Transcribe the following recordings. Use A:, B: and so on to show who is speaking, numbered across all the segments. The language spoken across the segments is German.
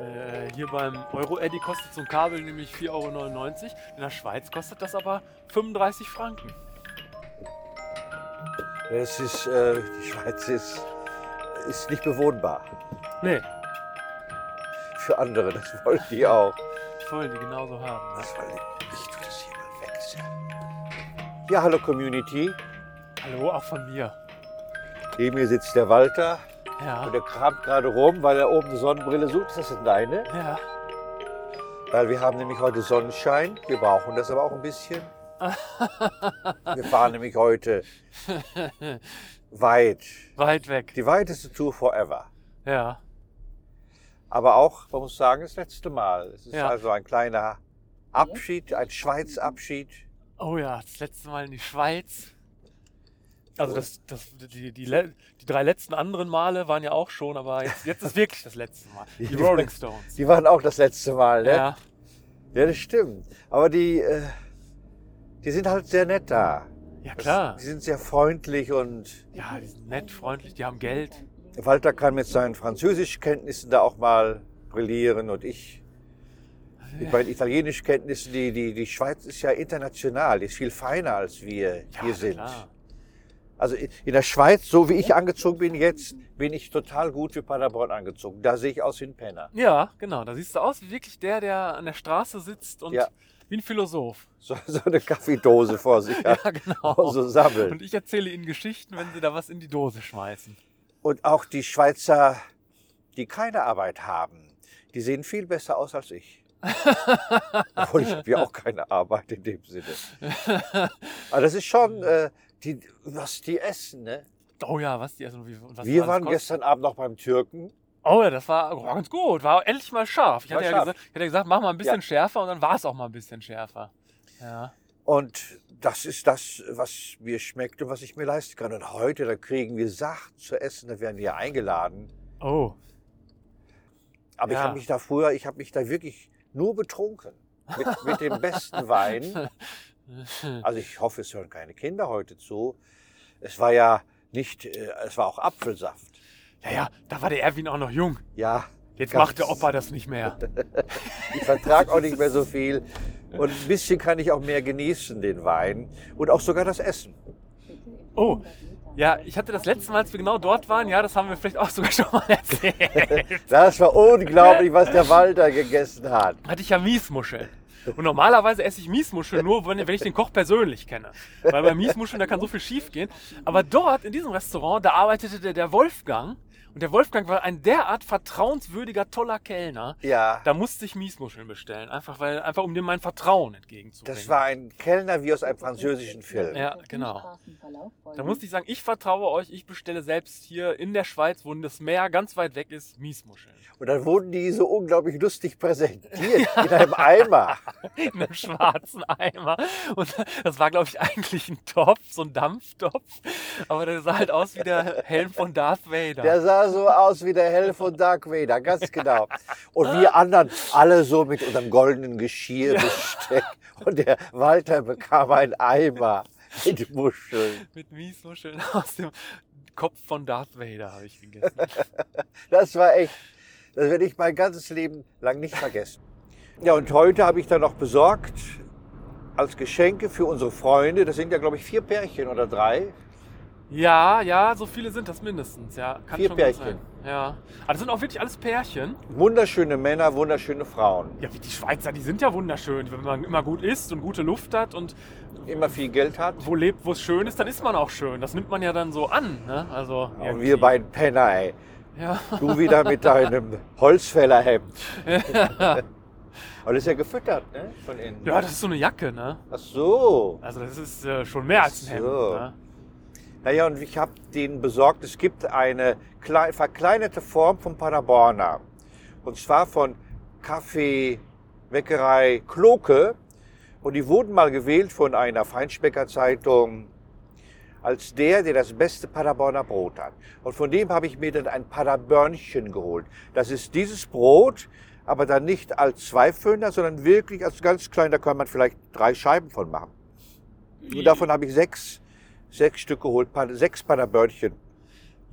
A: Äh, hier beim Euro-Eddy kostet so ein Kabel nämlich 4,99 Euro. In der Schweiz kostet das aber 35 Franken.
B: Es ist, äh, die Schweiz ist, ist nicht bewohnbar.
A: Nee,
B: Für andere, das wollen die auch.
A: das wollen die genauso haben. Ne?
B: Das wollen die. Ich tue das hier mal weg. so. Ja, hallo Community.
A: Hallo, auch von mir.
B: Neben mir sitzt der Walter
A: Ja,
B: und der kramt gerade rum, weil er oben eine Sonnenbrille sucht. Ist das denn deine?
A: ja.
B: Weil wir haben nämlich heute Sonnenschein. Wir brauchen das aber auch ein bisschen. Wir fahren nämlich heute weit.
A: Weit weg.
B: Die weiteste Tour forever.
A: Ja,
B: Aber auch, man muss sagen, das letzte Mal. Es ist
A: Ja.
B: also ein kleiner Abschied, ein Schweizabschied.
A: Oh ja, das letzte Mal in die Schweiz. Also das, das, die, die, le- die drei letzten anderen Male waren ja auch schon, aber jetzt, jetzt ist wirklich das letzte Mal. Die Rolling Stones.
B: Die waren auch das letzte Mal, ne? Ja,
A: Ja,
B: das stimmt. Aber die, äh, die sind halt sehr nett da.
A: ja
B: Das-
A: klar.
B: Die sind sehr freundlich und
A: Ja, die sind nett, freundlich, die haben Geld.
B: Walter kann mit seinen Französischkenntnissen da auch mal brillieren und ich mit meinen Italienischkenntnissen. Die, die, die Schweiz ist ja international, die ist viel feiner als wir
A: Ja,
B: hier sind.
A: klar.
B: Also in in der Schweiz, so wie ich angezogen bin jetzt, bin ich total gut für Paderborn angezogen. Da sehe ich aus wie ein Penner.
A: Ja, genau. Da siehst du aus wie wirklich der, der an der Straße sitzt und
B: Ja.
A: wie ein Philosoph.
B: So, so eine Kaffeedose vor sich
A: Ja,
B: hat.
A: genau.
B: Und Oh, so sammeln.
A: Und ich erzähle ihnen Geschichten, wenn sie da was in die Dose schmeißen.
B: Und auch die Schweizer, die keine Arbeit haben, die sehen viel besser aus als ich. Obwohl ich habe ja auch keine Arbeit in dem Sinne. Aber das ist schon, äh, die, was die essen. Ne?
A: Oh ja, was die essen und wie und was
B: Wir
A: alles
B: waren
A: kostet.
B: gestern Abend noch beim Türken.
A: Oh ja, das war, war ganz gut. War endlich mal scharf. Ich
B: War
A: hatte, ja
B: scharf.
A: gesagt, ich hatte ja gesagt, mach mal ein bisschen
B: Ja.
A: schärfer und dann war es auch mal ein bisschen schärfer. Ja.
B: Und das ist das, was mir schmeckt und was ich mir leisten kann. Und heute, da kriegen wir Sachen zu essen, da werden wir eingeladen.
A: Oh.
B: Aber
A: Ja.
B: ich habe mich da früher, ich habe mich da wirklich nur betrunken. Mit, mit dem besten Wein. Also ich hoffe, es hören keine Kinder heute zu. Es war ja nicht, äh, es war auch Apfelsaft.
A: Naja, da war der Erwin auch noch jung.
B: Ja,
A: Jetzt
B: Ganz-
A: macht der Opa das nicht mehr.
B: ich vertrage auch nicht mehr so viel. Und ein bisschen kann ich auch mehr genießen, den Wein. Und auch sogar das Essen.
A: Oh. Ja, ich hatte das letzte Mal, als wir genau dort waren, ja, das haben wir vielleicht auch sogar schon mal erzählt.
B: Das war unglaublich, was der Walter gegessen hat.
A: hatte ich ja Miesmuscheln. Und normalerweise esse ich Miesmuscheln nur, wenn, wenn ich den Koch persönlich kenne. Weil bei Miesmuscheln, da kann so viel schief gehen. Aber dort, in diesem Restaurant, da arbeitete der, der Wolfgang. Und der Wolfgang war ein derart vertrauenswürdiger, toller Kellner.
B: Ja,
A: Da musste ich Miesmuscheln bestellen. Einfach, weil, einfach um dem mein Vertrauen entgegenzubringen.
B: das war ein Kellner wie aus einem französischen Film.
A: Ja, genau. Da musste ich sagen, ich vertraue euch, ich bestelle selbst hier in der Schweiz, wo das Meer ganz weit weg ist, Miesmuscheln.
B: Und dann wurden die so unglaublich lustig präsentiert in einem Eimer.
A: in einem schwarzen Eimer. Und das war, glaube ich, eigentlich ein Topf, so ein Dampftopf. Aber der sah halt aus wie der Helm von Darth Vader.
B: Der sah so aus wie der Hell von Dark Vader, ganz genau. Und wir anderen alle so mit unserem goldenen Geschirr besteckt. Und der Walter bekam einen Eimer mit Muscheln.
A: Mit Miesmuscheln aus dem Kopf von Darth Vader habe ich gegessen.
B: Das war echt, das werde ich mein ganzes Leben lang nicht vergessen. Ja, und heute habe ich dann noch besorgt, als Geschenke für unsere Freunde, das sind ja, glaube ich, vier Pärchen oder drei.
A: Ja, ja, so viele sind das mindestens. Ja, kann
B: Vier
A: schon
B: Pärchen.
A: Gut sein. Ja. Aber das sind auch wirklich alles Pärchen.
B: Wunderschöne Männer, wunderschöne Frauen.
A: Ja, wie die Schweizer, die sind ja wunderschön. Wenn man immer gut isst und gute Luft hat und
B: Immer viel Geld hat.
A: wo lebt, wo es schön ist, dann ist man auch schön. Das nimmt man ja dann so an. Ne? Also,
B: Und
A: irgendwie.
B: wir beiden Penner, ey.
A: Ja.
B: Du wieder mit deinem Holzfällerhemd. Aber das ist ja gefüttert, ne? Von innen.
A: ja, das ist so eine Jacke, ne?
B: Ach so.
A: Also das ist äh, schon mehr als ein Hemd.
B: So.
A: Ne?
B: Naja, und ich habe denen besorgt, es gibt eine klei- verkleinerte Form von Paderborner. Und zwar von Kaffee, Bäckerei Kloke. Und die wurden mal gewählt von einer Feinschmeckerzeitung als der, der das beste Paderborner Brot hat. Und von dem habe ich mir dann ein Paderbörnchen geholt. Das ist dieses Brot, aber dann nicht als Zweiföhner, sondern wirklich als ganz klein. Da kann man vielleicht drei Scheiben von machen. Und davon habe ich sechs, sechs Stück geholt, Pan- sechs Paderbörnchen.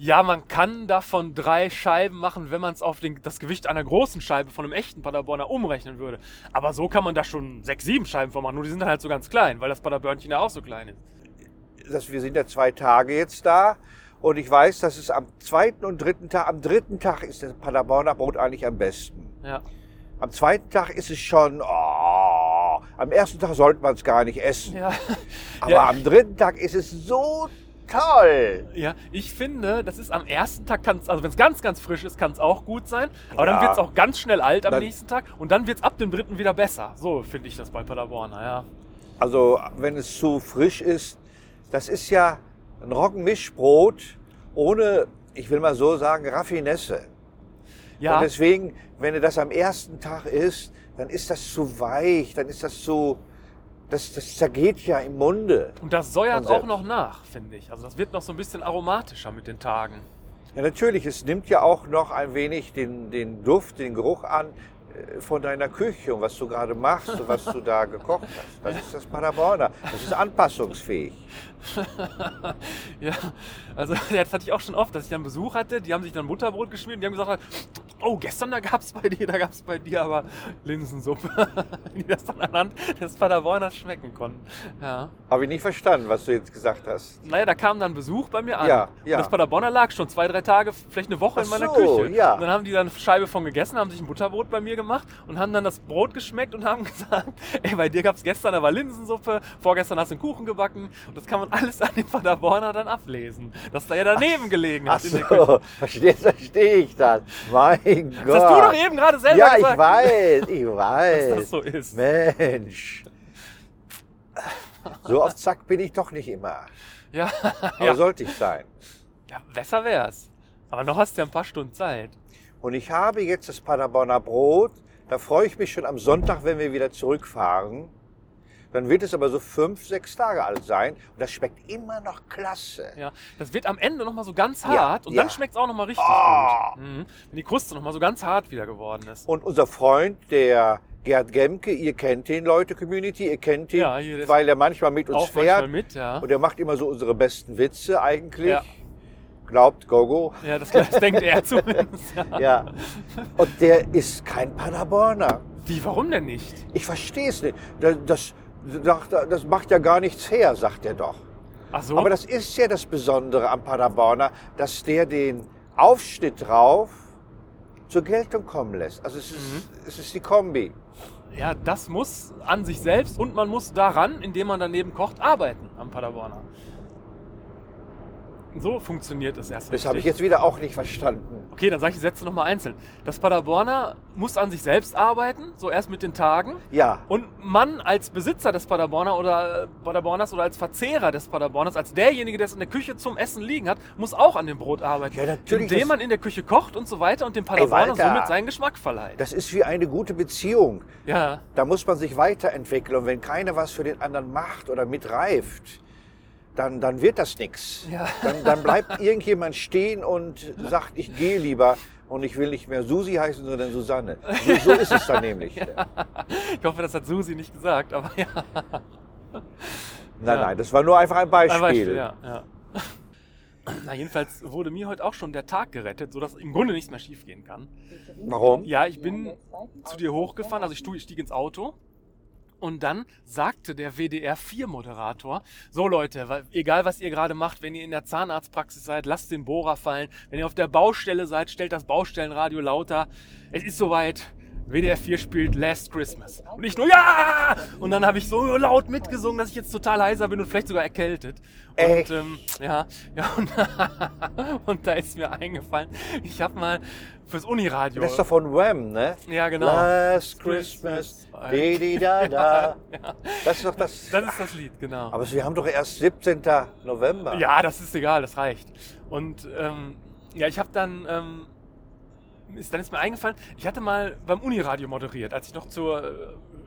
A: Ja, man kann davon drei Scheiben machen, wenn man es auf den, das Gewicht einer großen Scheibe von einem echten Paderborner umrechnen würde. Aber so kann man da schon sechs, sieben Scheiben von machen. Nur die sind dann halt so ganz klein, weil das Paderbörnchen ja auch so klein ist.
B: Das, wir sind ja zwei Tage jetzt da. Und ich weiß, dass es am zweiten und dritten Tag, am dritten Tag ist das Paderborner Brot eigentlich am besten.
A: Ja.
B: Am zweiten Tag ist es schon, oh, am ersten Tag sollte man es gar nicht essen.
A: Ja.
B: Aber
A: Ja.
B: am dritten Tag ist es so toll.
A: Ja, ich finde, das ist am ersten Tag, kann's, also wenn es ganz, ganz frisch ist, kann es auch gut sein. Aber dann
B: Ja.
A: wird es auch ganz schnell alt am
B: Dann-
A: nächsten Tag und dann wird es ab dem dritten wieder besser. So finde ich das bei Paderborner, ja.
B: Also wenn es zu frisch ist, das ist ja ein Roggenmischbrot ohne, ich will mal so sagen, Raffinesse. Und
A: Ja,
B: deswegen, wenn du das am ersten Tag isst, dann ist das zu weich, dann ist das zu, das, das zergeht ja im Munde.
A: und das säuert
B: Und
A: auch
B: selbst.
A: noch nach, finde ich. Also das wird noch so ein bisschen aromatischer mit den Tagen.
B: Ja, natürlich, es nimmt ja auch noch ein wenig den, den Duft, den Geruch an äh, von deiner Küche und was du gerade machst und was du da gekocht hast. Das ist das Paderborner. Das ist anpassungsfähig.
A: Ja, also das hatte ich auch schon oft, dass ich dann Besuch hatte, die haben sich dann Butterbrot geschmiert und die haben gesagt, oh, gestern da gab's bei dir, da gab's bei dir aber Linsensuppe, die das dann anhand des Paderborners schmecken konnten. Ja.
B: Habe ich nicht verstanden, was du jetzt gesagt hast.
A: Naja, da kam dann Besuch bei mir an.
B: Ja, ja.
A: Und das Paderborner lag schon zwei, drei Tage, vielleicht eine Woche in
B: Ach
A: meiner
B: so,
A: Küche.
B: ja.
A: Und dann haben die dann eine Scheibe von gegessen, haben sich ein Butterbrot bei mir gemacht und haben dann das Brot geschmeckt und haben gesagt, ey, bei dir gab es gestern aber Linsensuppe, vorgestern hast du einen Kuchen gebacken. Und das kann man alles an dem Paderborner dann ablesen, dass da ja daneben gelegen
B: Ach
A: hat in der Küche.
B: so, jetzt verstehe ich das. Mein Gott.
A: Das hast du doch eben gerade selber
B: ja,
A: gesagt.
B: ich weiß, ich
A: dass
B: weiß.
A: das so ist.
B: Mensch. So auf Zack bin ich doch nicht immer.
A: Ja,
B: Aber
A: ja.
B: sollte ich sein.
A: ja, besser wär's. Aber noch hast du ja ein paar Stunden Zeit.
B: Und ich habe jetzt das Paderborner Brot. Da freue ich mich schon am Sonntag, wenn wir wieder zurückfahren. Dann wird es aber so fünf, sechs Tage alt sein. Und das schmeckt immer noch klasse.
A: Ja, das wird am Ende nochmal so ganz
B: Ja,
A: hart und dann
B: ja.
A: schmeckt es auch nochmal richtig
B: Ah.
A: gut. Mhm. Wenn die Kruste nochmal so ganz hart wieder geworden ist.
B: Und unser Freund, der Gerd Gemke, ihr kennt den Leute Community, ihr kennt ihn,
A: Ja, hier, der ist
B: weil er manchmal mit uns
A: auch manchmal
B: fährt.
A: mit, ja.
B: Und er macht immer so unsere besten Witze eigentlich.
A: Ja.
B: Glaubt Gogo.
A: Ja, das, das denkt er zumindest. Ja.
B: Ja. Und der ist kein Paderborner.
A: Wie, warum denn nicht?
B: Ich verstehe es nicht. Das, das, sagt er, das macht ja gar nichts her, sagt er doch.
A: Ach so,
B: Aber das ist ja das Besondere am Paderborner, dass der den Aufschnitt drauf zur Geltung kommen lässt. Also es ist, es ist die Kombi.
A: ja, das muss an sich selbst und man muss daran, indem man daneben kocht, arbeiten am Paderborner. So funktioniert es erst
B: Das habe ich
A: richtig.
B: jetzt wieder auch nicht verstanden.
A: Okay, dann sage ich die Sätze nochmal einzeln. Das Paderborner muss an sich selbst arbeiten, so erst mit den Tagen.
B: Ja,
A: Und man als Besitzer des Paderborner oder äh, Paderborners oder als Verzehrer des Paderborners, als derjenige, der es in der Küche zum Essen liegen hat, muss auch an dem Brot arbeiten.
B: Ja, natürlich,
A: Indem
B: das-
A: man in der Küche kocht und so weiter und dem Paderborner
B: Walter.
A: somit seinen Geschmack verleiht.
B: das ist wie eine gute Beziehung.
A: Ja,
B: Da muss man sich weiterentwickeln. Und wenn keiner was für den anderen macht oder mitreift, dann, dann wird das nichts.
A: Ja.
B: Dann, dann bleibt irgendjemand stehen und sagt, ich gehe lieber und ich will nicht mehr Susi heißen, sondern Susanne. So, so ist es dann nämlich.
A: ich hoffe, das hat Susi nicht gesagt, aber ja.
B: Nein,
A: Ja.
B: nein, das war nur einfach ein Beispiel.
A: Ein Beispiel, ja, ja. Na, jedenfalls wurde mir heute auch schon der Tag gerettet, sodass im Grunde nichts mehr schief gehen kann.
B: Warum?
A: Ja, ich bin zu dir hochgefahren, also ich stu- stieg ins Auto. Und dann sagte der WDR4-Moderator, so Leute, wa- egal was ihr gerade macht, wenn ihr in der Zahnarztpraxis seid, lasst den Bohrer fallen. Wenn ihr auf der Baustelle seid, stellt das Baustellenradio lauter. Es ist soweit. WDR 4 spielt Last Christmas. Und ich nur, ja! Und dann habe ich so laut mitgesungen, dass ich jetzt total heiser bin und vielleicht sogar erkältet. Und
B: Echt?
A: ähm, ja, ja und, und da ist mir eingefallen, ich habe mal fürs Uniradio.
B: Das ist doch von Wham, ne?
A: Ja, genau.
B: Last Christmas, di di da da. Das ist doch das.
A: Das ist das Lied, genau.
B: Aber wir haben doch erst 17. November.
A: Ja, das ist egal, das reicht. Und ähm, ja, ich habe dann, ähm, ist, dann ist mir eingefallen, ich hatte mal beim Uniradio moderiert, als ich noch zur, äh,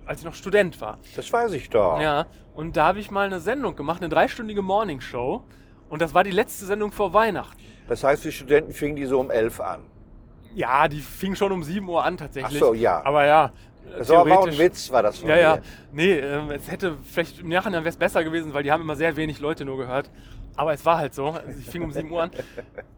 A: als ich noch Student war.
B: Das weiß ich doch.
A: Ja, und da habe ich mal eine Sendung gemacht, eine dreistündige Morningshow. Und das war die letzte Sendung vor Weihnachten.
B: Das heißt, die Studenten fingen die so um 11 an.
A: Ja, die fing schon um 7 Uhr an tatsächlich.
B: Ach so, ja.
A: Aber ja, äh,
B: Das war auch ein
A: theoretisch-
B: Witz, war das von
A: Ja, ja.
B: mir.
A: Nee, ähm, es hätte vielleicht im Nachhinein wäre es besser gewesen, weil die haben immer sehr wenig Leute nur gehört. Aber es war halt so. Also ich fing um 7 Uhr an.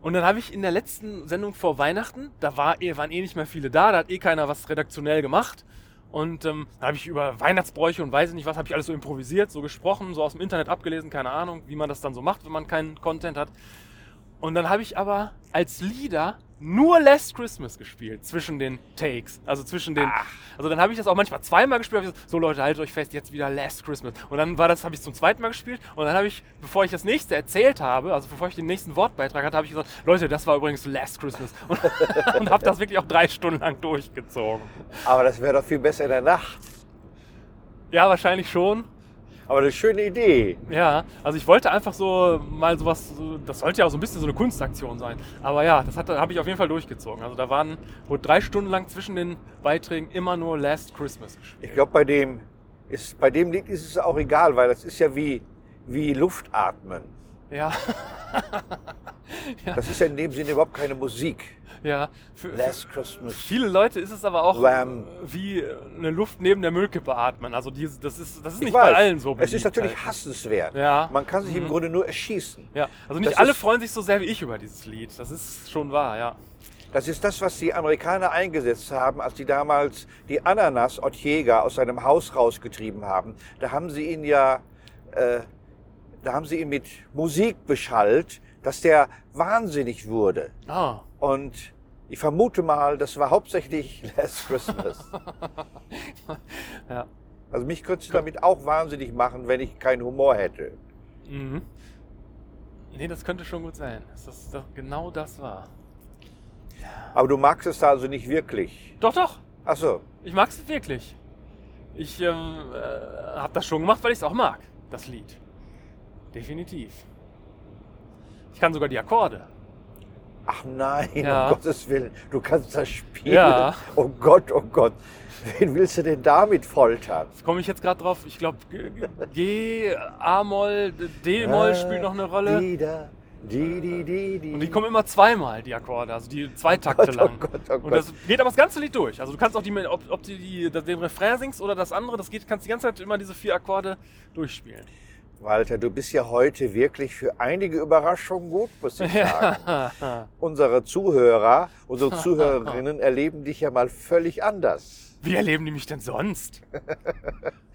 A: Und dann habe ich in der letzten Sendung vor Weihnachten, da war, eh- waren eh nicht mehr viele da, da hat eh keiner was redaktionell gemacht. Und ähm, da habe ich über Weihnachtsbräuche und weiß nicht was, habe ich alles so improvisiert, so gesprochen, so aus dem Internet abgelesen, keine Ahnung, wie man das dann so macht, wenn man keinen Content hat. Und dann habe ich aber als Lieder nur Last Christmas gespielt zwischen den Takes. Also zwischen den. Also dann habe ich das auch manchmal zweimal gespielt. hab Ich gesagt, so Leute, haltet euch fest, jetzt wieder Last Christmas. Und dann war das, habe ich zum zweiten Mal gespielt. Und dann habe ich, bevor ich das nächste erzählt habe, also bevor ich den nächsten Wortbeitrag hatte, habe ich gesagt, Leute, das war übrigens Last Christmas. Und, und habe das wirklich auch drei Stunden lang durchgezogen.
B: Aber das wäre doch viel besser in der Nacht.
A: Ja, wahrscheinlich schon.
B: Aber eine schöne Idee.
A: Ja, also ich wollte einfach so mal sowas, so- das sollte ja auch so ein bisschen so eine Kunstaktion sein. Aber ja, das habe ich auf jeden Fall durchgezogen. Also da waren wohl drei Stunden lang zwischen den Beiträgen immer nur Last Christmas gespielt.
B: Ich glaube, bei dem, ist, bei dem Lied ist es auch egal, weil das ist ja wie, wie Luft atmen.
A: Ja,
B: Das ist ja in dem Sinne überhaupt keine Musik.
A: ja. Für, für
B: Last Christmas.
A: viele Leute ist es aber auch
B: Wham.
A: äh, wie eine Luft neben der Müllkippe atmen. Also die, das ist, das ist
B: Ich
A: nicht
B: weiß,
A: bei allen so
B: Es ist
A: beliebt
B: natürlich
A: halt.
B: hassenswert.
A: Ja. Mhm.
B: Man kann sich im Grunde nur erschießen.
A: Ja, also nicht
B: Das
A: alle
B: ist-
A: freuen sich so sehr wie ich über dieses Lied. Das ist schon wahr, ja.
B: Das ist das, was die Amerikaner eingesetzt haben, als die damals die Ananas Ortega aus seinem Haus rausgetrieben haben. Da haben sie ihn ja, äh, da haben sie ihn mit Musik beschallt, dass der wahnsinnig wurde.
A: Ah.
B: Und ich vermute mal, das war hauptsächlich Last Christmas.
A: Ja.
B: Also mich könnte es damit auch wahnsinnig machen, wenn ich keinen Humor hätte.
A: Mhm. Nee, das könnte schon gut sein. Dass das, das genau das war.
B: Aber du magst es da also nicht wirklich.
A: Doch, doch.
B: Ach so.
A: Ich mag es wirklich. Ich ähm, äh, habe das schon gemacht, weil ich es auch mag, das Lied. Definitiv. Ich kann sogar die Akkorde.
B: Ach nein,
A: Ja.
B: um Gottes Willen, du kannst das spielen.
A: Ja.
B: Oh Gott, oh Gott. Wen willst du denn damit foltern?
A: Das komme ich jetzt gerade drauf. Ich glaube, G, A-Moll, D-Moll spielt noch eine Rolle.
B: Äh, Die, da, die, die, die, die.
A: Und die kommen immer zweimal, die Akkorde, also die zwei Takte
B: Gott, oh
A: lang.
B: Gott, oh
A: Und
B: Gott.
A: das geht aber das ganze Lied durch. Also du kannst auch die, ob, ob du die, den Refrain singst oder das andere, das geht, kannst die ganze Zeit immer diese vier Akkorde durchspielen.
B: Walter, du bist ja heute wirklich für einige Überraschungen gut, muss ich sagen.
A: Ja.
B: Unsere Zuhörer, unsere Zuhörerinnen erleben dich ja mal völlig anders.
A: Wie erleben die mich denn sonst?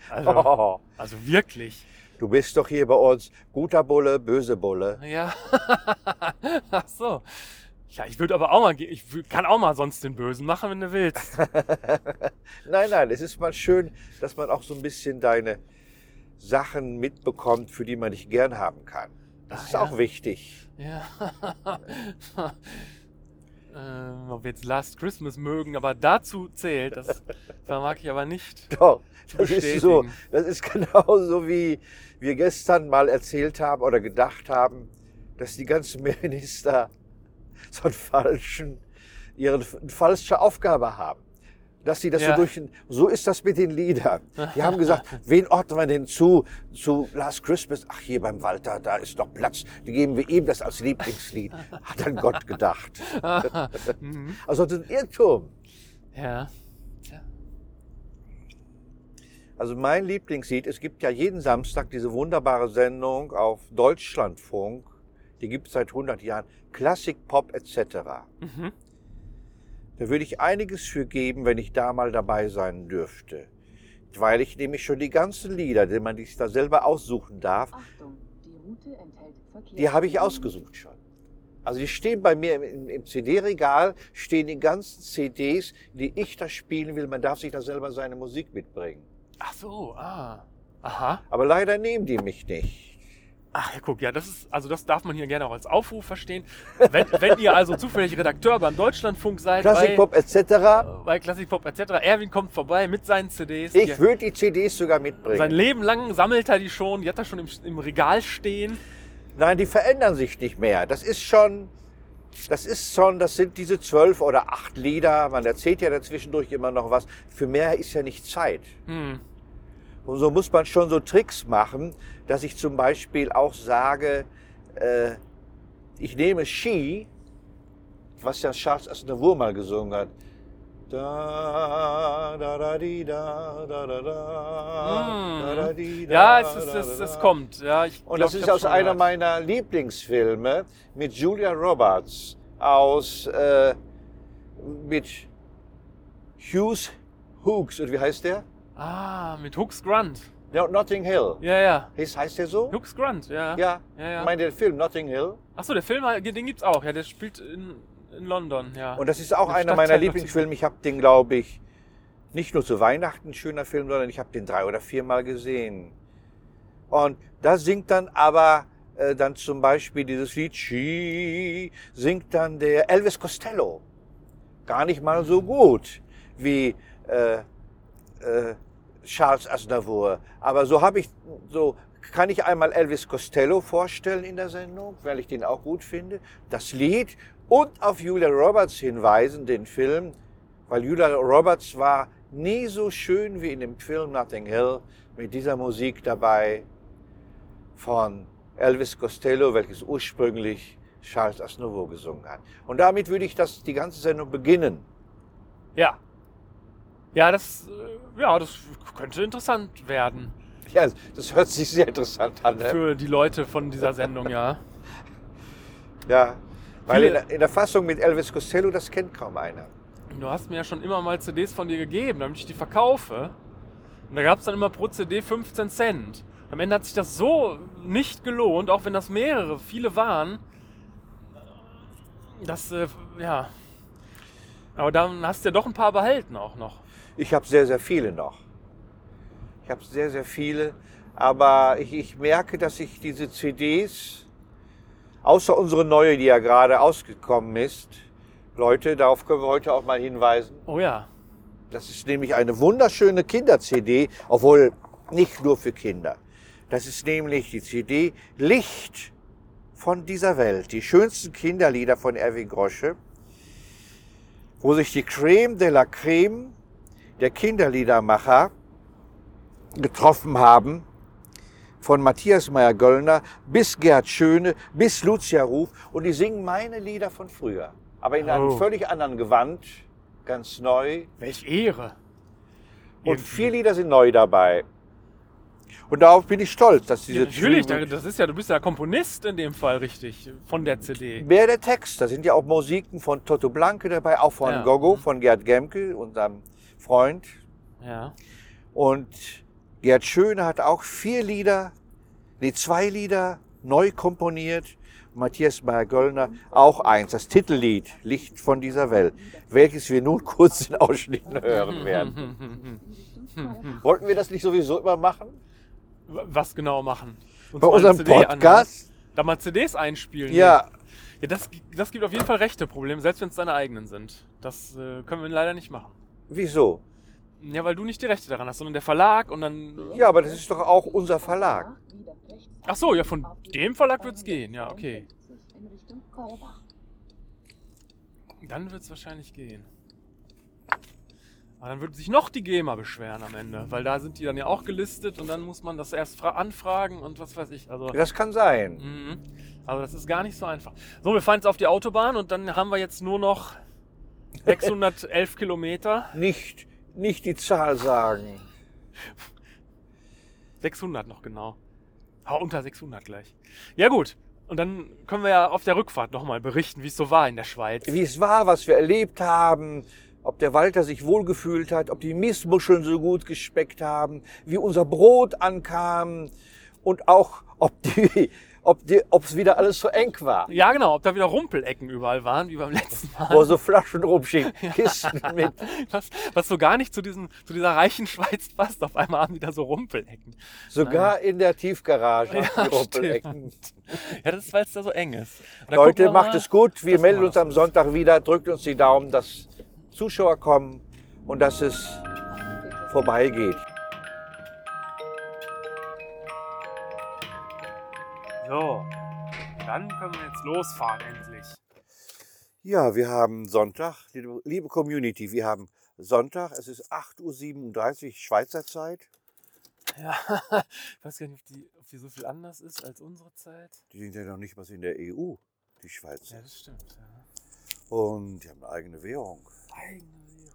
A: Also,
B: Oh,
A: also wirklich.
B: du bist doch hier bei uns guter Bulle, böse Bulle.
A: Ja. Ach so. Ja, ich würde aber auch mal, ge- ich wü- kann auch mal sonst den Bösen machen, wenn du willst.
B: Nein, nein, es ist mal schön, dass man auch so ein bisschen deine Sachen mitbekommt, für die man dich gern haben kann. Das
A: Ach
B: ist
A: ja.
B: auch wichtig.
A: Ja. ähm, ob wir jetzt Last Christmas mögen, aber dazu zählt, das vermag ich aber nicht.
B: Doch,
A: zu
B: das ist
A: bestätigen.
B: so. Das ist genauso wie wir gestern mal erzählt haben oder gedacht haben, dass die ganzen Minister so einen falschen, ihre eine falsche Aufgabe haben. Dass sie das
A: Ja.
B: so durch den, so ist das mit den Liedern. Die haben gesagt, wen ordnen wir denn zu, zu Last Christmas? Ach, hier beim Walter, da ist noch Platz. Die geben wir ihm das als Lieblingslied. Hat an Gott gedacht.
A: Mhm.
B: Also das ist ein Irrtum.
A: Ja. Tja.
B: Also mein Lieblingslied, es gibt ja jeden Samstag diese wunderbare Sendung auf Deutschlandfunk, die gibt es seit 100 Jahren, Klassik, Pop etc.
A: Mhm.
B: Da würde ich einiges für geben, wenn ich da mal dabei sein dürfte. Weil ich nämlich schon die ganzen Lieder, die man sich da selber aussuchen darf,
C: Achtung, die Route enthält Verkehr.
B: die habe ich ausgesucht schon. Also die stehen bei mir im- im, im CD-Regal, stehen die ganzen CDs, die ich da spielen will. Man darf sich da selber seine Musik mitbringen.
A: Ach so, ah. Aha.
B: Aber leider nehmen die mich nicht.
A: Ach ja, guck, ja, das ist, also das darf man hier gerne auch als Aufruf verstehen. Wenn, wenn ihr also zufällig Redakteur beim Deutschlandfunk seid,
B: Klassik,
A: bei,
B: Pop etc.
A: bei Classic Pop etc., Erwin kommt vorbei mit seinen CDs.
B: Ich
A: Die-
B: würde die CDs sogar
A: sein
B: mitbringen.
A: Leben lang sammelt er die schon, die hat er schon im, im Regal stehen.
B: Nein, die verändern sich nicht mehr. Das ist schon, das ist schon, das sind diese zwölf oder acht Lieder. Man erzählt ja dazwischendurch immer noch was. Für mehr ist ja nicht Zeit.
A: Hm.
B: Und so muss man schon so Tricks machen, dass ich zum Beispiel auch sage, äh, ich nehme Ski, was ja Charles Aznavour mal gesungen hat. Da, da, da, di, da, da, da, da,
A: Mm.
B: da, da, di, da,
A: Ja, es, ist,
B: da,
A: es,
B: da,
A: es
B: da.
A: kommt. Ja, ich
B: Und
A: glaub,
B: das
A: ich
B: ist
A: hab's
B: aus
A: schon
B: einer
A: gehört.
B: meiner Lieblingsfilme mit Julia Roberts aus äh, mit Hughes Hooks und wie heißt der?
A: Ah, mit Hooks Grunt.
B: No, Notting Hill.
A: Ja, ja.
B: Heißt, heißt der so?
A: Hooks Grunt, ja.
B: Ja.
A: Ja, ja.
B: Ich meine, der Film Notting Hill.
A: Achso, der Film, den gibt's auch. Ja, der spielt in, in London, ja.
B: Und das ist auch
A: Im
B: einer meiner
A: Stadtteil-
B: Lieblingsfilme. Ich habe den, glaube ich, nicht nur zu Weihnachten ein schöner Film, sondern ich habe den drei oder viermal gesehen. Und da singt dann aber äh, dann zum Beispiel dieses Lied She, singt dann der Elvis Costello. Gar nicht mal so gut wie äh, äh, Charles Aznavour. Aber so habe ich, so kann ich einmal Elvis Costello vorstellen in der Sendung, weil ich den auch gut finde. Das Lied und auf Julia Roberts hinweisen, den Film, weil Julia Roberts war nie so schön wie in dem Film Nothing Hill mit dieser Musik dabei von Elvis Costello, welches ursprünglich Charles Aznavour gesungen hat. Und damit würde ich das die ganze Sendung beginnen.
A: Ja. Ja, das, äh, ja, das könnte interessant werden
B: Ja, das hört sich sehr interessant an. ne?
A: für die Leute von dieser Sendung, ja.
B: Ja, weil in
A: Viele-
B: der, in der Fassung mit Elvis Costello, das kennt kaum einer.
A: Du hast mir ja schon immer mal CDs von dir gegeben, damit ich die verkaufe. Und da gab's dann immer pro CD 15 Cent. Am Ende hat sich das so nicht gelohnt, auch wenn das mehrere, viele waren. Das, äh, ja. Aber dann hast du ja doch ein paar behalten auch noch.
B: Ich habe sehr, sehr viele noch. Ich habe sehr, sehr viele. Aber ich, ich merke, dass ich diese CDs, außer unsere neue, die ja gerade ausgekommen ist, Leute, darauf können wir heute auch mal hinweisen.
A: Oh ja.
B: Das ist nämlich eine wunderschöne Kinder-CD, obwohl nicht nur für Kinder. Das ist nämlich die CD Licht von dieser Welt, die schönsten Kinderlieder von Erwin Grosche, wo sich die Creme de la Creme der Kinderliedermacher getroffen haben, von Matthias Meyer-Göllner bis Gerd Schöne bis Lucia Ruf und die singen meine Lieder von früher, aber in einem
A: Oh.
B: völlig anderen Gewand, ganz neu,
A: Welch Ehre.
B: und
A: Irgendwie.
B: vier Lieder sind neu dabei. Und darauf bin ich stolz, dass diese
A: Ja, natürlich, da-
B: Züge-
A: das ist ja, du bist ja Komponist in dem Fall richtig, von der CD.
B: mehr der Text, da sind ja auch Musiken von Toto Blanke dabei, auch von
A: Ja.
B: Gogo,
A: Mhm.
B: von Gerd Gemke, unserem Freund.
A: Ja.
B: Und Gerd Schöne hat auch vier Lieder, nee, zwei Lieder neu komponiert. Matthias Meyer-Göllner auch eins, das Titellied Licht von dieser Welt, welches wir nun kurz in Ausschnitten
A: Mhm.
B: hören werden.
A: Hm,
B: Wollten wir das nicht sowieso immer machen?
A: Was genau machen? eh Uns
B: Bei
A: mal eine
B: unserem
A: CD anhören.
B: Podcast?
A: Da mal CDs einspielen.
B: Ja,
A: ja das, gi- das gibt auf jeden Fall rechte Probleme, selbst wenn es deine eigenen sind. Das äh, können wir leider nicht machen.
B: wieso?
A: Ja, weil du nicht die Rechte daran hast, sondern der Verlag und dann.
B: Ja, aber das ist doch auch unser Verlag.
A: Ach so, ja, von dem Verlag wird's gehen, ja, okay.
C: In Richtung Korbach.
A: Dann wird es wahrscheinlich gehen. Aber dann würde sich noch die GEMA beschweren am Ende, weil da sind die dann ja auch gelistet und dann muss man das erst fra- anfragen und was weiß ich. Also,
B: Das kann sein.
A: mhm. also das ist gar nicht so einfach. So, wir fahren jetzt auf die Autobahn und dann haben wir jetzt nur noch 611 Kilometer.
B: Nicht, nicht die Zahl sagen.
A: 600 noch genau. Ha, unter 600 gleich. Ja gut, und dann können wir ja auf der Rückfahrt nochmal berichten, wie es so war in der Schweiz.
B: Wie es war, was wir erlebt haben, ob der Walter sich wohlgefühlt hat, ob die Miesmuscheln so gut gespeckt haben, wie unser Brot ankam und auch, ob die, ob die, ob es wieder alles so eng war.
A: Ja genau, ob da wieder Rumpelecken überall waren, wie beim letzten Mal.
B: Wo so Flaschen rumschicken, Kisten mit.
A: Was, was so gar nicht zu, diesem, zu dieser reichen Schweiz passt. Auf einmal haben die da so Rumpelecken.
B: Sogar in der Tiefgarage.
A: Ja,
B: die Rumpelecken.
A: Ja, das ist, weil es da so eng ist. Und da gucken
B: Leute,
A: wir mal-
B: macht es gut. Wir
A: dass
B: melden
A: man
B: uns
A: das
B: am Sonntag wieder. Drückt uns die Daumen, dass Zuschauer kommen und dass es vorbeigeht.
A: So, dann können wir jetzt losfahren endlich.
B: Ja, wir haben Sonntag, liebe, liebe Community, wir haben Sonntag, es ist 8.37 Uhr Schweizer Zeit.
A: Ja, ich weiß gar nicht, ob die, ob die so viel anders ist als unsere Zeit.
B: Die sind ja noch nicht was in der EU, die Schweizer.
A: Ja, das stimmt. Ja.
B: Und die haben eine eigene Währung.
A: Eigene Währung.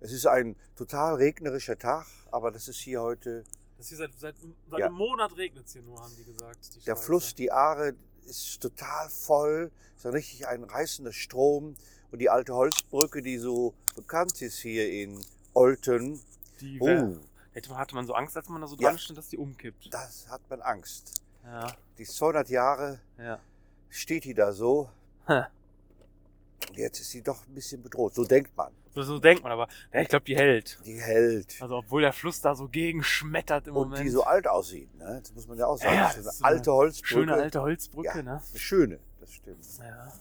B: Es ist ein total regnerischer Tag, aber das ist hier heute
A: Das hier seit, seit, seit
B: Ja.
A: einem Monat regnet es hier nur, haben die gesagt. Die
B: Der
A: Schweizer.
B: Fluss, die Aare ist total voll, ist ein richtig ein reißender Strom. Und die alte Holzbrücke, die so bekannt ist hier in Olten,
A: Die wär-
B: oh,
A: hätte man, hatte man so Angst, als man da so
B: Ja.
A: dran stand, dass die umkippt.
B: das hat man Angst.
A: Ja,
B: Die ist 200 Jahre
A: ja.
B: steht die da so.
A: Ha.
B: Und jetzt ist sie doch ein bisschen bedroht. So denkt man.
A: So, so denkt man aber. Ja, ich glaube, die hält.
B: Die hält.
A: Also, obwohl der Fluss da so gegenschmettert im
B: Und
A: Moment.
B: die so alt aussieht. Ne? Das muss man ja auch sagen.
A: Ja,
B: das
A: das
B: ist
A: ist
B: so
A: so eine
B: eine alte Holzbrücke.
A: Schöne alte Holzbrücke,
B: Ja.
A: ne?
B: Eine schöne, das stimmt.
A: Ja.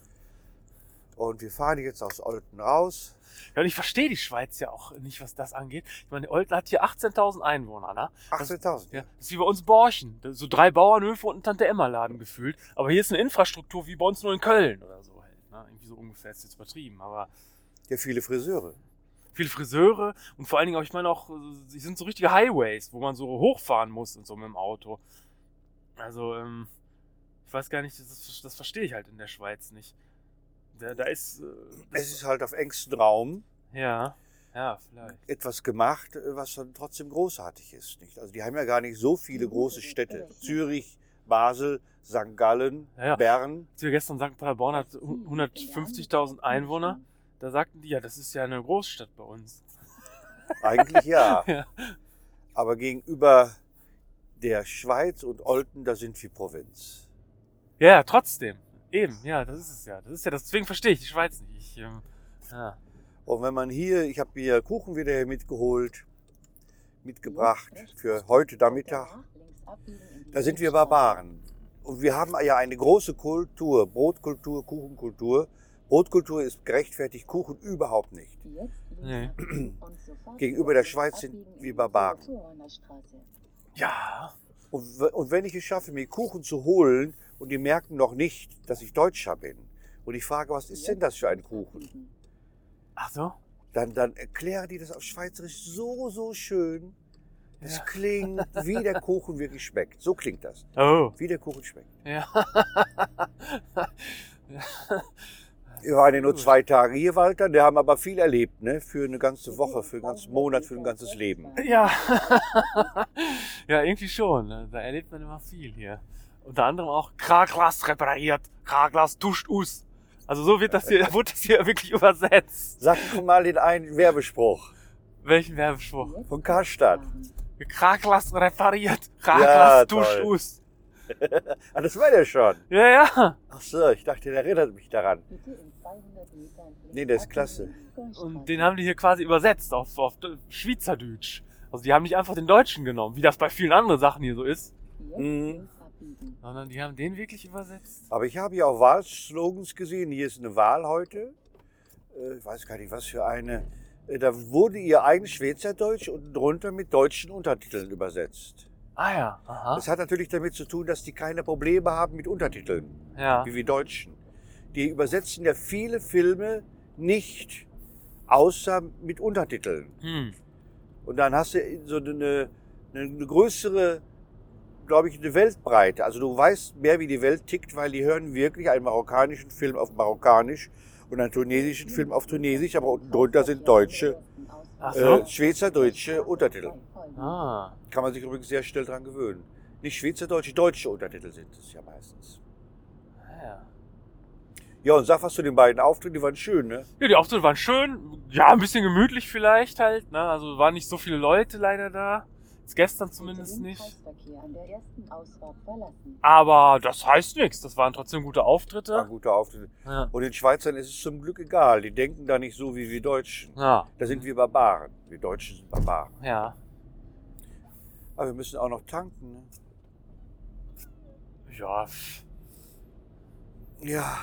B: Und wir fahren jetzt aus Olten raus.
A: ja, und ich verstehe die Schweiz ja auch nicht, was das angeht. Ich meine, Olten hat hier 18.000 Einwohner, ne?
B: 18.000.
A: Ja, das ist wie bei uns Borchen. Das ist So drei Bauernhöfe und ein Tante-Emma-Laden gefühlt. Aber hier ist eine Infrastruktur wie bei uns nur in Köln oder so halt. Ne? Irgendwie so ungefähr ist jetzt übertrieben. Aber
B: ja, viele Friseure.
A: viele Friseure und vor allen Dingen auch, ich meine auch, äh, sie sind so richtige Highways, wo man so hochfahren muss und so mit dem Auto. Also, ähm, ich weiß gar nicht, das, ist- das verstehe ich halt in der Schweiz nicht. Da, da ist, äh,
B: Es
A: das,
B: ist halt auf engstem Raum
A: ja, ja, vielleicht.
B: etwas gemacht, äh, was dann trotzdem großartig ist. Nicht? Also die haben ja gar nicht so viele große Städte. Zürich, Basel, St. Gallen,
A: Ja, ja.
B: Bern.
A: Als wir gestern in St. Paderborn hat hu- 150.000 Einwohner, da sagten die, ja, das ist ja eine Großstadt bei uns.
B: Eigentlich ja.
A: Ja.
B: Aber gegenüber der Schweiz und Olten, da sind wir Provinz.
A: Ja, trotzdem. Eben, ja, das ist es ja. Das ist ja, das, deswegen verstehe ich die Schweiz nicht. Ich, ähm, ja.
B: Und wenn man hier, ich habe mir Kuchen wieder hier mitgeholt, mitgebracht für heute Nachmittag. Da sind wir Barbaren. Und wir haben ja eine große Kultur, Brotkultur, Kuchenkultur. Brotkultur ist gerechtfertigt, Kuchen überhaupt nicht.
A: Nee.
B: Gegenüber der Schweiz sind wir Barbaren.
A: ja,
B: Und, w- und wenn ich es schaffe, mir Kuchen zu holen und die merken noch nicht, dass ich Deutscher bin und ich frage, was ist denn das für ein Kuchen?
A: ach so.
B: Dann, dann erklären die das auf Schweizerisch so, so schön. Es
A: Ja.
B: klingt, wie der Kuchen wirklich schmeckt. So klingt das.
A: Oh,
B: Wie der Kuchen schmeckt.
A: ja.
B: Wir waren ja nur
A: Gut.
B: zwei Tage hier, Walter. Wir haben aber viel erlebt, ne? Für eine ganze Woche, für einen ganzen Monat, für ein ganzes Leben.
A: Ja. ja, irgendwie schon. ne? Da erlebt man immer viel hier. Unter anderem auch Kraglas repariert, Kraglas duscht us. Also so wird das hier, wurde das hier wirklich übersetzt.
B: Sag doch mal den einen Werbespruch
A: Welchen Werbespruch?
B: von Karstadt.
A: Kraglas repariert, Kraglas
B: Ja,
A: duscht
B: toll.
A: us.
B: Ah, das war der schon.
A: Ja, ja.
B: Ach so, ich dachte, der erinnert mich daran.
C: Nee, der ist klasse.
A: Und den haben die hier quasi übersetzt auf, auf Schweizerdeutsch. Also die haben nicht einfach den Deutschen genommen, wie das bei vielen anderen Sachen hier so ist,
B: Mhm.
A: sondern die haben den wirklich übersetzt.
B: Aber ich habe hier auch Wahlslogans gesehen. Hier ist eine Wahl heute. Äh, Ich weiß gar nicht, was für eine. Äh, Da wurde ihr eigenes Schweizerdeutsch und drunter mit deutschen Untertiteln übersetzt.
A: Ah ja, aha.
B: Das hat natürlich damit zu tun, dass die keine Probleme haben mit Untertiteln,
A: Ja.
B: wie wir Deutschen. Die übersetzen ja viele Filme nicht, außer mit Untertiteln.
A: Hm.
B: Und dann hast du so eine, eine größere, glaube ich, eine Weltbreite. Also du weißt mehr, wie die Welt tickt, weil die hören wirklich einen marokkanischen Film auf Marokkanisch und einen tunesischen Film auf Tunesisch, aber unten drunter sind deutsche,
A: Ach so.
B: äh, schweizerdeutsche Untertitel.
A: Ah.
B: Kann man sich übrigens sehr schnell dran gewöhnen. Nicht schweizerdeutsche, deutsche Untertitel sind es ja meistens.
A: Ja.
B: Ja, und sag was zu den beiden Auftritten, die waren schön, ne?
A: Ja, die Auftritte waren schön. Ja, ein bisschen gemütlich vielleicht halt. Ne? Also waren nicht so viele Leute leider da. Jetzt gestern zumindest nicht. Aber das heißt nichts. Das waren trotzdem gute
B: Waren
A: Auftritte.
B: gute Auftritte.
A: Ja.
B: Und den Schweizern ist es zum Glück egal. Die denken da nicht so wie wir Deutschen.
A: Ja.
B: Da sind wir Barbaren. Wir Deutschen sind Barbaren.
A: Ja.
B: Aber wir müssen auch noch tanken. Ne?
A: Ja. pff.
B: Ja.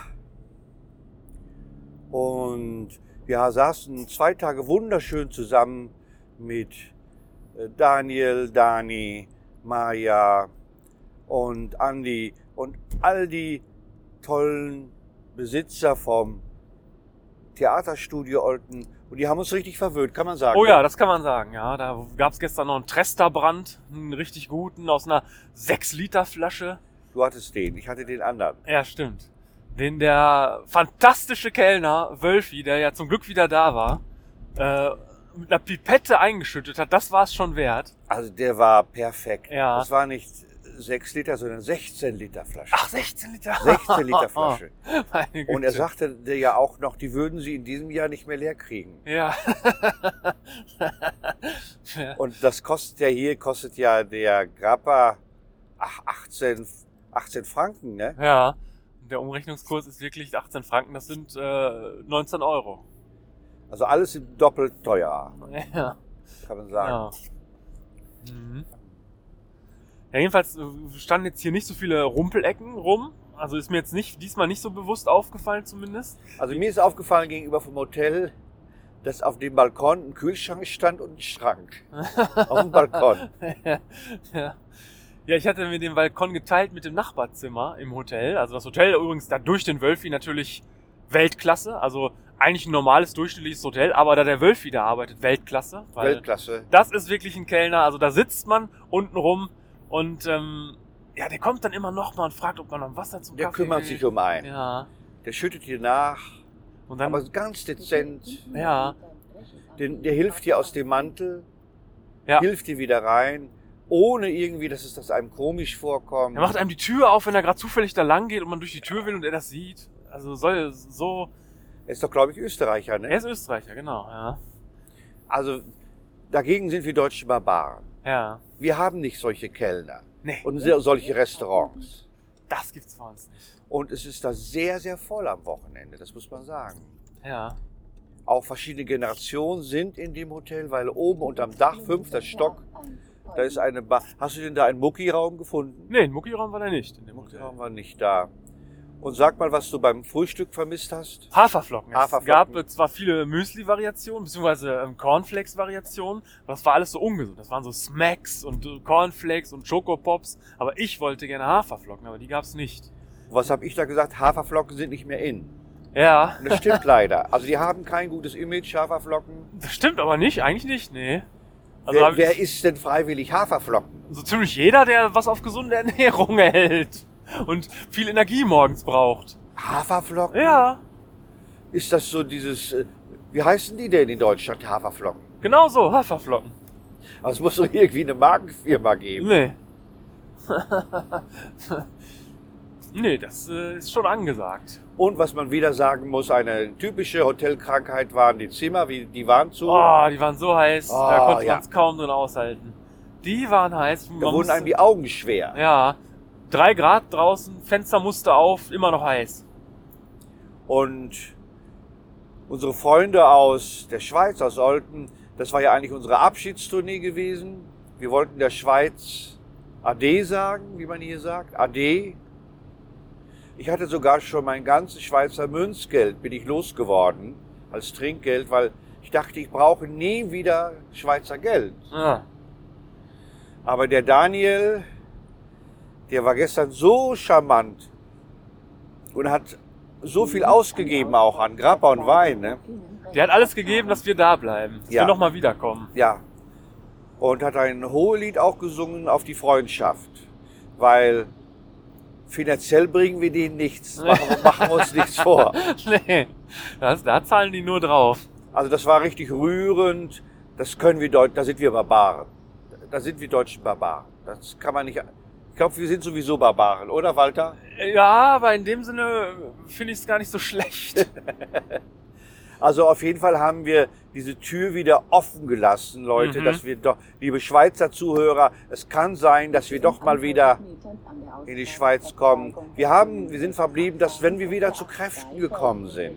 B: Und wir saßen zwei Tage wunderschön zusammen mit äh, Daniel, Dani, Maja und Andi und all die tollen Besitzer vom Theaterstudio Olten. Und die haben uns richtig verwöhnt, kann man sagen. ne?
A: Oh ja, das kann man sagen. Ja, da gab es gestern noch einen Tresta-Brand. Einen richtig guten aus einer 6-Liter-Flasche.
B: Du hattest den, ich hatte den anderen.
A: Ja, stimmt. Den der fantastische Kellner Wölfi, der ja zum Glück wieder da war, äh, mit einer Pipette eingeschüttet hat, das war es schon wert.
B: Also der war perfekt.
A: Ja.
B: Das war nicht 6 Liter, sondern 16 Liter Flasche.
A: Ach, 16 Liter.
B: 16 Liter Flasche.
A: Meine Güte.
B: Und er sagte dir ja auch noch, die würden sie in diesem Jahr nicht mehr leer kriegen.
A: Ja. ja.
B: Und das kostet ja hier, kostet ja der Grappa ach, 18, 18 Franken, ne?
A: Ja. Der Umrechnungskurs ist wirklich 18 Franken, das sind äh, 19 Euro.
B: Also alles doppelt teuer,
A: Ja.
B: kann man sagen.
A: Ja. Mhm. Ja, jedenfalls äh, standen jetzt hier nicht so viele Rumpelecken rum. Also ist mir jetzt nicht diesmal nicht so bewusst aufgefallen zumindest.
B: Also mir ist aufgefallen gegenüber vom Hotel, dass auf dem Balkon ein Kühlschrank stand und ein Schrank. auf dem Balkon.
A: ja. ja, ich hatte mir den Balkon geteilt mit dem Nachbarzimmer im Hotel. Also das Hotel übrigens da durch den Wölfi natürlich Weltklasse. Also eigentlich ein normales durchschnittliches Hotel, aber da der Wölfi da arbeitet, Weltklasse. Weil
B: Weltklasse.
A: das ist wirklich ein Kellner. Also da sitzt man unten rum und ähm, ja, der kommt dann immer noch mal und fragt, ob man noch Wasser zum
B: Der
A: Kaffee
B: kümmert
A: will.
B: sich um einen.
A: Ja.
B: Der schüttet dir nach,
A: Und dann Mhm.
B: aber ganz dezent.
A: Ja.
B: Den, der hilft dir aus dem Mantel,
A: Ja.
B: hilft dir wieder rein, ohne irgendwie, dass es das einem komisch vorkommt.
A: Er macht einem die Tür auf, wenn er gerade zufällig da lang geht und man durch die Tür will und er das sieht. Also soll so.
B: Er ist doch, glaube ich, Österreicher,
A: Er
B: ne?
A: ist Österreicher, genau, ja.
B: Also dagegen sind wir deutsche Barbaren.
A: Ja.
B: Wir haben nicht solche Kellner
A: Nee,
B: und so- solche Restaurants.
A: das gibt's bei uns nicht.
B: Und es ist da sehr, sehr voll am Wochenende, das muss man sagen.
A: Ja.
B: Auch verschiedene Generationen sind in dem Hotel, weil oben unterm Dach, fünfter Stock, da ist eine Bar. Hast du denn da einen Mucki-Raum gefunden?
A: Nee, in Muckiraum war der nicht. In dem
B: Mucki-Raum
A: Hotel.
B: war nicht da. Und sag mal, was du beim Frühstück vermisst hast.
A: Haferflocken. Es
B: Haferflocken.
A: gab äh, zwar viele Müsli-Variationen, beziehungsweise ähm, Cornflakes-Variationen, aber das war alles so ungesund. Das waren so Smacks und äh, Cornflakes und Schokopops, aber ich wollte gerne Haferflocken, aber die gab's nicht.
B: Was habe ich da gesagt? Haferflocken sind nicht mehr in.
A: Ja,
B: Und das stimmt leider. Also die haben kein gutes Image, Haferflocken.
A: das stimmt aber nicht, eigentlich nicht, nee. Also hab
B: wer,
A: ich-
B: wer isst denn freiwillig Haferflocken?
A: so ziemlich jeder, der was auf gesunde Ernährung hält und viel Energie morgens braucht.
B: Haferflocken?
A: Ja,
B: Ist das so dieses, äh, wie heißen die denn in Deutschland, Haferflocken?
A: genau so, Haferflocken.
B: Aber es muss doch irgendwie eine Markenfirma geben.
A: Nee. nee, das äh, ist schon angesagt.
B: Und was man wieder sagen muss, eine typische Hotelkrankheit waren die Zimmer, wie die waren zu.
A: Oh, die waren so heiß, da
B: Oh,
A: konnte
B: ja.
A: man es kaum drin aushalten. Die waren heiß. man
B: da wurden
A: musste-
B: einem die Augen schwer.
A: ja, drei Grad draußen, Fenster musste auf, immer noch heiß.
B: Und unsere Freunde aus der Schweiz, aus Olten, das war ja eigentlich unsere Abschiedstournee gewesen. Wir wollten der Schweiz Ade sagen, wie man hier sagt. Ade. Ich hatte sogar schon mein ganzes Schweizer Münzgeld, bin ich losgeworden als Trinkgeld, weil ich dachte, ich brauche nie wieder Schweizer Geld.
A: Ja.
B: Aber der Daniel, der war gestern so charmant und hat so viel ausgegeben auch an Grappa und Wein. Ne?
A: Der hat alles gegeben, dass wir da bleiben, dass
B: Ja.
A: wir nochmal wiederkommen.
B: Ja. Und hat ein Hohelied auch gesungen auf die Freundschaft. Weil finanziell bringen wir denen nichts. Machen, wir- machen wir uns nichts vor.
A: nee, das, da zahlen die nur drauf.
B: Also das war richtig rührend. Das können wir Deut da sind wir Barbaren. Da sind wir deutschen Barbaren. Das kann man nicht. Ich glaube, wir sind sowieso Barbaren, oder Walter?
A: Ja, aber in dem Sinne finde ich es gar nicht so schlecht.
B: Also auf jeden Fall haben wir diese Tür wieder offen gelassen, Leute,
A: Mhm.
B: dass wir doch, liebe Schweizer Zuhörer, es kann sein, dass wir doch mal wieder
C: in die Schweiz kommen. Wir haben, wir sind verblieben, dass wenn wir wieder zu Kräften gekommen sind.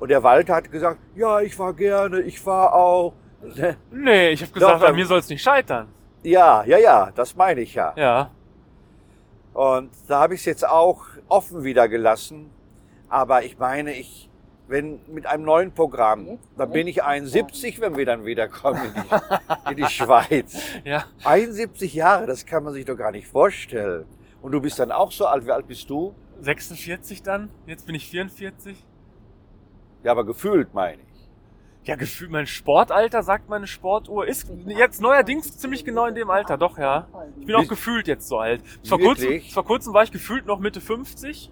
B: und der Walter hat gesagt, ja, ich war gerne, ich war auch. Ne?
A: Nee, ich habe
B: Doch,
A: gesagt,
B: dann-
A: an mir soll es nicht scheitern.
B: Ja, ja, ja, das meine ich ja.
A: Ja.
B: Und da habe ich es jetzt auch offen wieder gelassen. Aber ich meine, ich, wenn mit einem neuen Programm, dann bin ich 71, wenn wir dann wiederkommen in die, in die Schweiz.
A: Ja.
B: 71 Jahre, das kann man sich doch gar nicht vorstellen. Und du bist dann auch so alt. Wie alt bist du?
A: 46 dann? Jetzt bin ich 44.
B: Ja, aber gefühlt meine ich.
A: Ja, gefühlt mein Sportalter, sagt meine Sportuhr, ist jetzt neuerdings ziemlich genau in dem Alter. Doch, ja. Ich bin auch
B: Bist-
A: gefühlt jetzt so alt. Vor kurzem,
B: Wirklich?
A: vor kurzem war ich gefühlt noch Mitte 50,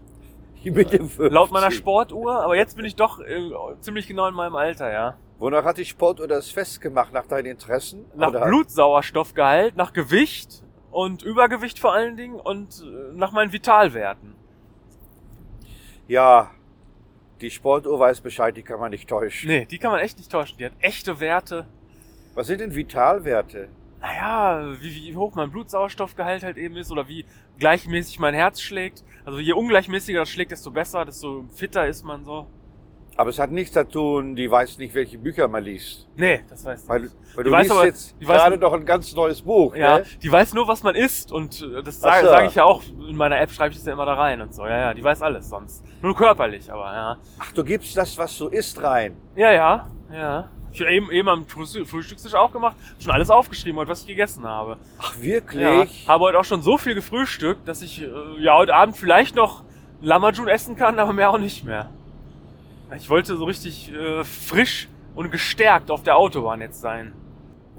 B: Mit dem 50.
A: laut meiner Sportuhr, aber jetzt bin ich doch äh, ziemlich genau in meinem Alter, ja.
B: Wonach hat dich Sport oder das Fest gemacht? Nach deinen Interessen?
A: Nach
B: oder?
A: Blutsauerstoffgehalt, nach Gewicht und Übergewicht vor allen Dingen und äh, nach meinen Vitalwerten.
B: Ja, die Sportuhr weiß Bescheid, die kann man nicht täuschen.
A: Nee, die kann man echt nicht täuschen. Die hat echte Werte.
B: Was sind denn Vitalwerte?
A: Naja, wie, wie hoch mein Blutsauerstoffgehalt halt eben ist oder wie gleichmäßig mein Herz schlägt. Also je ungleichmäßiger das schlägt, desto besser, desto fitter ist man so.
B: Aber es hat nichts zu tun, die weiß nicht, welche Bücher man liest.
A: Nee, das weiß ich
B: Weil,
A: nicht.
B: weil du
A: weiß
B: liest
A: aber-
B: jetzt
A: die weiß-
B: gerade noch ein ganz neues Buch.
A: Ja,
B: Ne?
A: die weiß nur, was man isst und äh, das
B: Ach
A: sage
B: so.
A: sag ich ja auch. In meiner App schreibe ich das ja immer da rein und so. Ja, ja, die weiß alles sonst. Nur körperlich, aber ja.
B: Ach, du gibst das, was du isst, rein.
A: Ja, ja, ja. Ich habe eben, eben am Frühstück- Frühstückstisch auch gemacht, schon alles aufgeschrieben heute, was ich gegessen habe.
B: Ach,
A: Ja,
B: wirklich?
A: habe heute auch schon so viel gefrühstückt, dass ich äh, ja heute Abend vielleicht noch Lamajun essen kann, aber mehr auch nicht mehr. Ich wollte so richtig äh, frisch und gestärkt auf der Autobahn jetzt sein.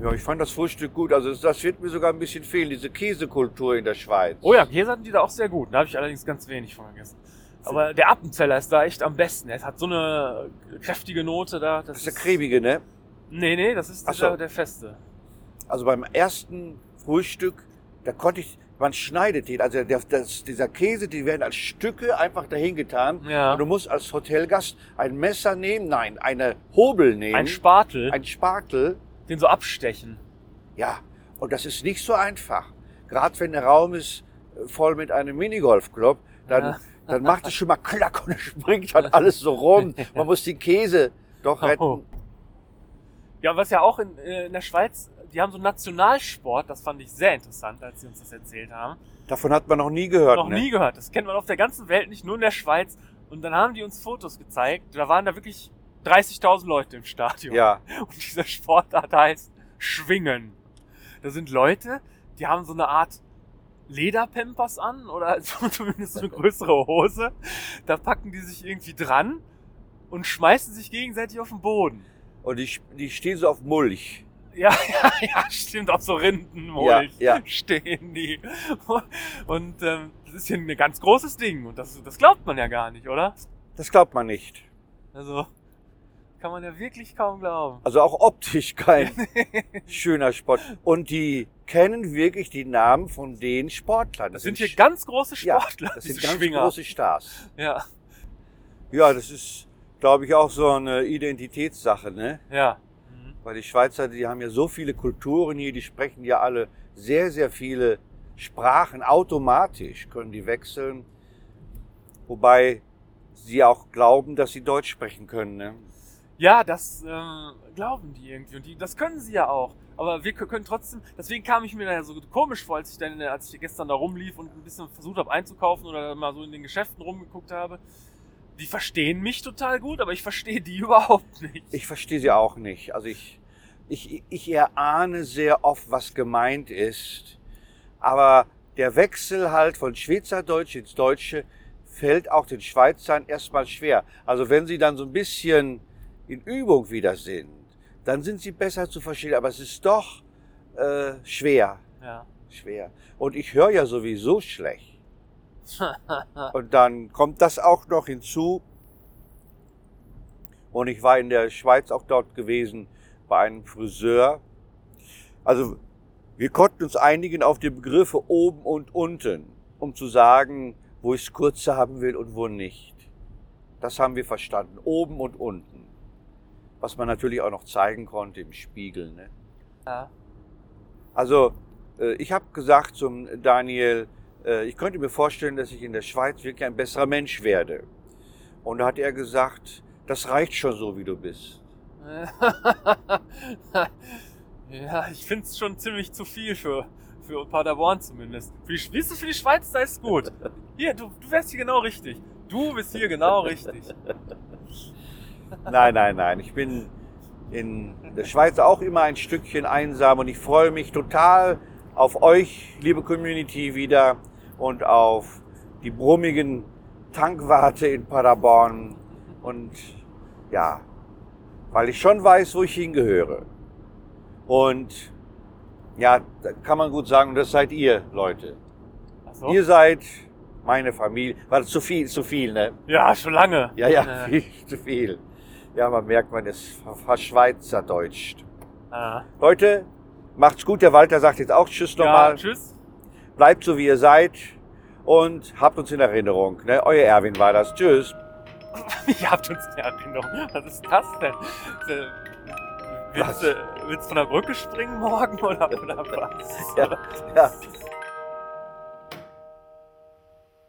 B: Ja, ich fand das Frühstück gut. Also das wird mir sogar ein bisschen fehlen, diese Käsekultur in der Schweiz.
A: Oh ja, Käse hatten die da auch sehr gut. Da habe ich allerdings ganz wenig von gegessen. Aber der Appenzeller ist da echt am besten. Er hat so eine kräftige Note da.
B: Das ist der cremige, ne?
A: Nee, nee, das ist
B: Ach so.
A: der, der feste.
B: Also beim ersten Frühstück, da konnte ich, man schneidet den. Also der, das, dieser Käse, die werden als Stücke einfach dahin getan.
A: Ja.
B: Und du musst als Hotelgast ein Messer nehmen, nein, eine Hobel nehmen.
A: Ein Spatel,
B: Ein Spatel.
A: den so abstechen.
B: Ja, und das ist nicht so einfach. Gerade wenn der Raum ist äh, voll mit einem Minigolfclub, dann,
A: Ja.
B: dann macht es schon mal klack und es springt dann alles so rum. Man muss den Käse doch retten.
A: Oh. Ja, was ja auch in, äh, in der Schweiz, die haben so einen Nationalsport, das fand ich sehr interessant, als sie uns das erzählt haben.
B: Davon hat man noch nie gehört.
A: Noch
B: ne?
A: nie gehört, das kennt man auf der ganzen Welt, nicht nur in der Schweiz. Und dann haben die uns Fotos gezeigt, da waren da wirklich 30.000 Leute im Stadion.
B: Ja,
A: Und dieser Sportart heißt Schwingen. Da sind Leute, die haben so eine Art Lederpampers an oder so zumindest so eine größere Hose. Da packen die sich irgendwie dran und schmeißen sich gegenseitig auf den Boden.
B: und die, die stehen so auf Mulch.
A: Ja, ja, ja, stimmt, auf so Rindenmulch
B: Ja, ja.
A: stehen die. Und ähm, das ist hier ein ganz großes Ding und das, das glaubt man ja gar nicht, oder?
B: Das glaubt man nicht.
A: Also kann man ja wirklich kaum glauben.
B: Also auch optisch kein schöner Sport. Und die kennen wirklich die Namen von den Sportlern.
A: Das sind hier
B: Sch-
A: ganz große
B: ja,
A: Sportler,
B: das
A: diese
B: sind ganz
A: Schwinger.
B: große Stars.
A: Ja,
B: Ja, das ist, glaube ich, auch so eine Identitätssache, ne?
A: ja. Mhm.
B: Weil die Schweizer, die haben ja so viele Kulturen hier, die sprechen ja alle sehr, sehr viele Sprachen automatisch, können die wechseln. Wobei sie auch glauben, dass sie Deutsch sprechen können. Ne?
A: Ja, das ähm, glauben die irgendwie und die, das können sie ja auch. Aber wir kö- können trotzdem, deswegen kam ich mir da ja so komisch vor, als ich dann, äh, als ich gestern da rumlief und ein bisschen versucht habe einzukaufen oder mal so in den Geschäften rumgeguckt habe. Die verstehen mich total gut, aber ich verstehe die überhaupt nicht.
B: Ich verstehe sie auch nicht. Also ich, ich, ich erahne sehr oft, was gemeint ist. Aber der Wechsel halt von Schweizerdeutsch ins Deutsche fällt auch den Schweizern erstmal schwer. Also wenn sie dann so ein bisschen in Übung wieder sind, dann sind sie besser zu verstehen. Aber es ist doch äh, schwer,
A: ja.
B: schwer. Und ich höre ja sowieso schlecht. Und dann kommt das auch noch hinzu. Und ich war in der Schweiz auch dort gewesen bei einem Friseur. Also wir konnten uns einigen auf die Begriffe oben und unten, um zu sagen, wo ich es kurz haben will und wo nicht. Das haben wir verstanden, oben und unten. Was man natürlich auch noch zeigen konnte im Spiegel. Ne?
A: ja.
B: Also, äh, ich habe gesagt zum Daniel, äh, ich könnte mir vorstellen, dass ich in der Schweiz wirklich ein besserer Mensch werde. Und da hat er gesagt, das reicht schon so, wie du bist.
A: ja, ich finde es schon ziemlich zu viel für, für Paderborn zumindest. Für die, Sch- siehst du, für die Schweiz da ist gut. Hier, du, du wärst hier genau richtig. Du bist hier genau richtig.
B: Nein, nein, nein. Ich bin in der Schweiz auch immer ein Stückchen einsam und ich freue mich total auf euch, liebe Community, wieder und auf die brummigen Tankwarte in Paderborn. Und ja, weil ich schon weiß, wo ich hingehöre. Und ja, da kann man gut sagen, das seid ihr, Leute.
A: Ach so?
B: Ihr seid meine Familie. War das zu viel, zu viel, ne?
A: Ja, schon lange.
B: Ja, ja,
A: Äh,
B: viel zu viel. Ja, man merkt, man ist verschweizerdeutscht.
A: Ah.
B: Leute, macht's gut. Der Walter sagt jetzt auch Tschüss nochmal.
A: Ja, tschüss.
B: Bleibt so, wie ihr seid. Und habt uns in Erinnerung. Ne? Euer Erwin war das. Tschüss.
A: Ihr habt uns eine Erinnerung. Was ist das denn? Äh, Willst, du- willst du von der Brücke springen morgen oder, oder was?
B: Ja.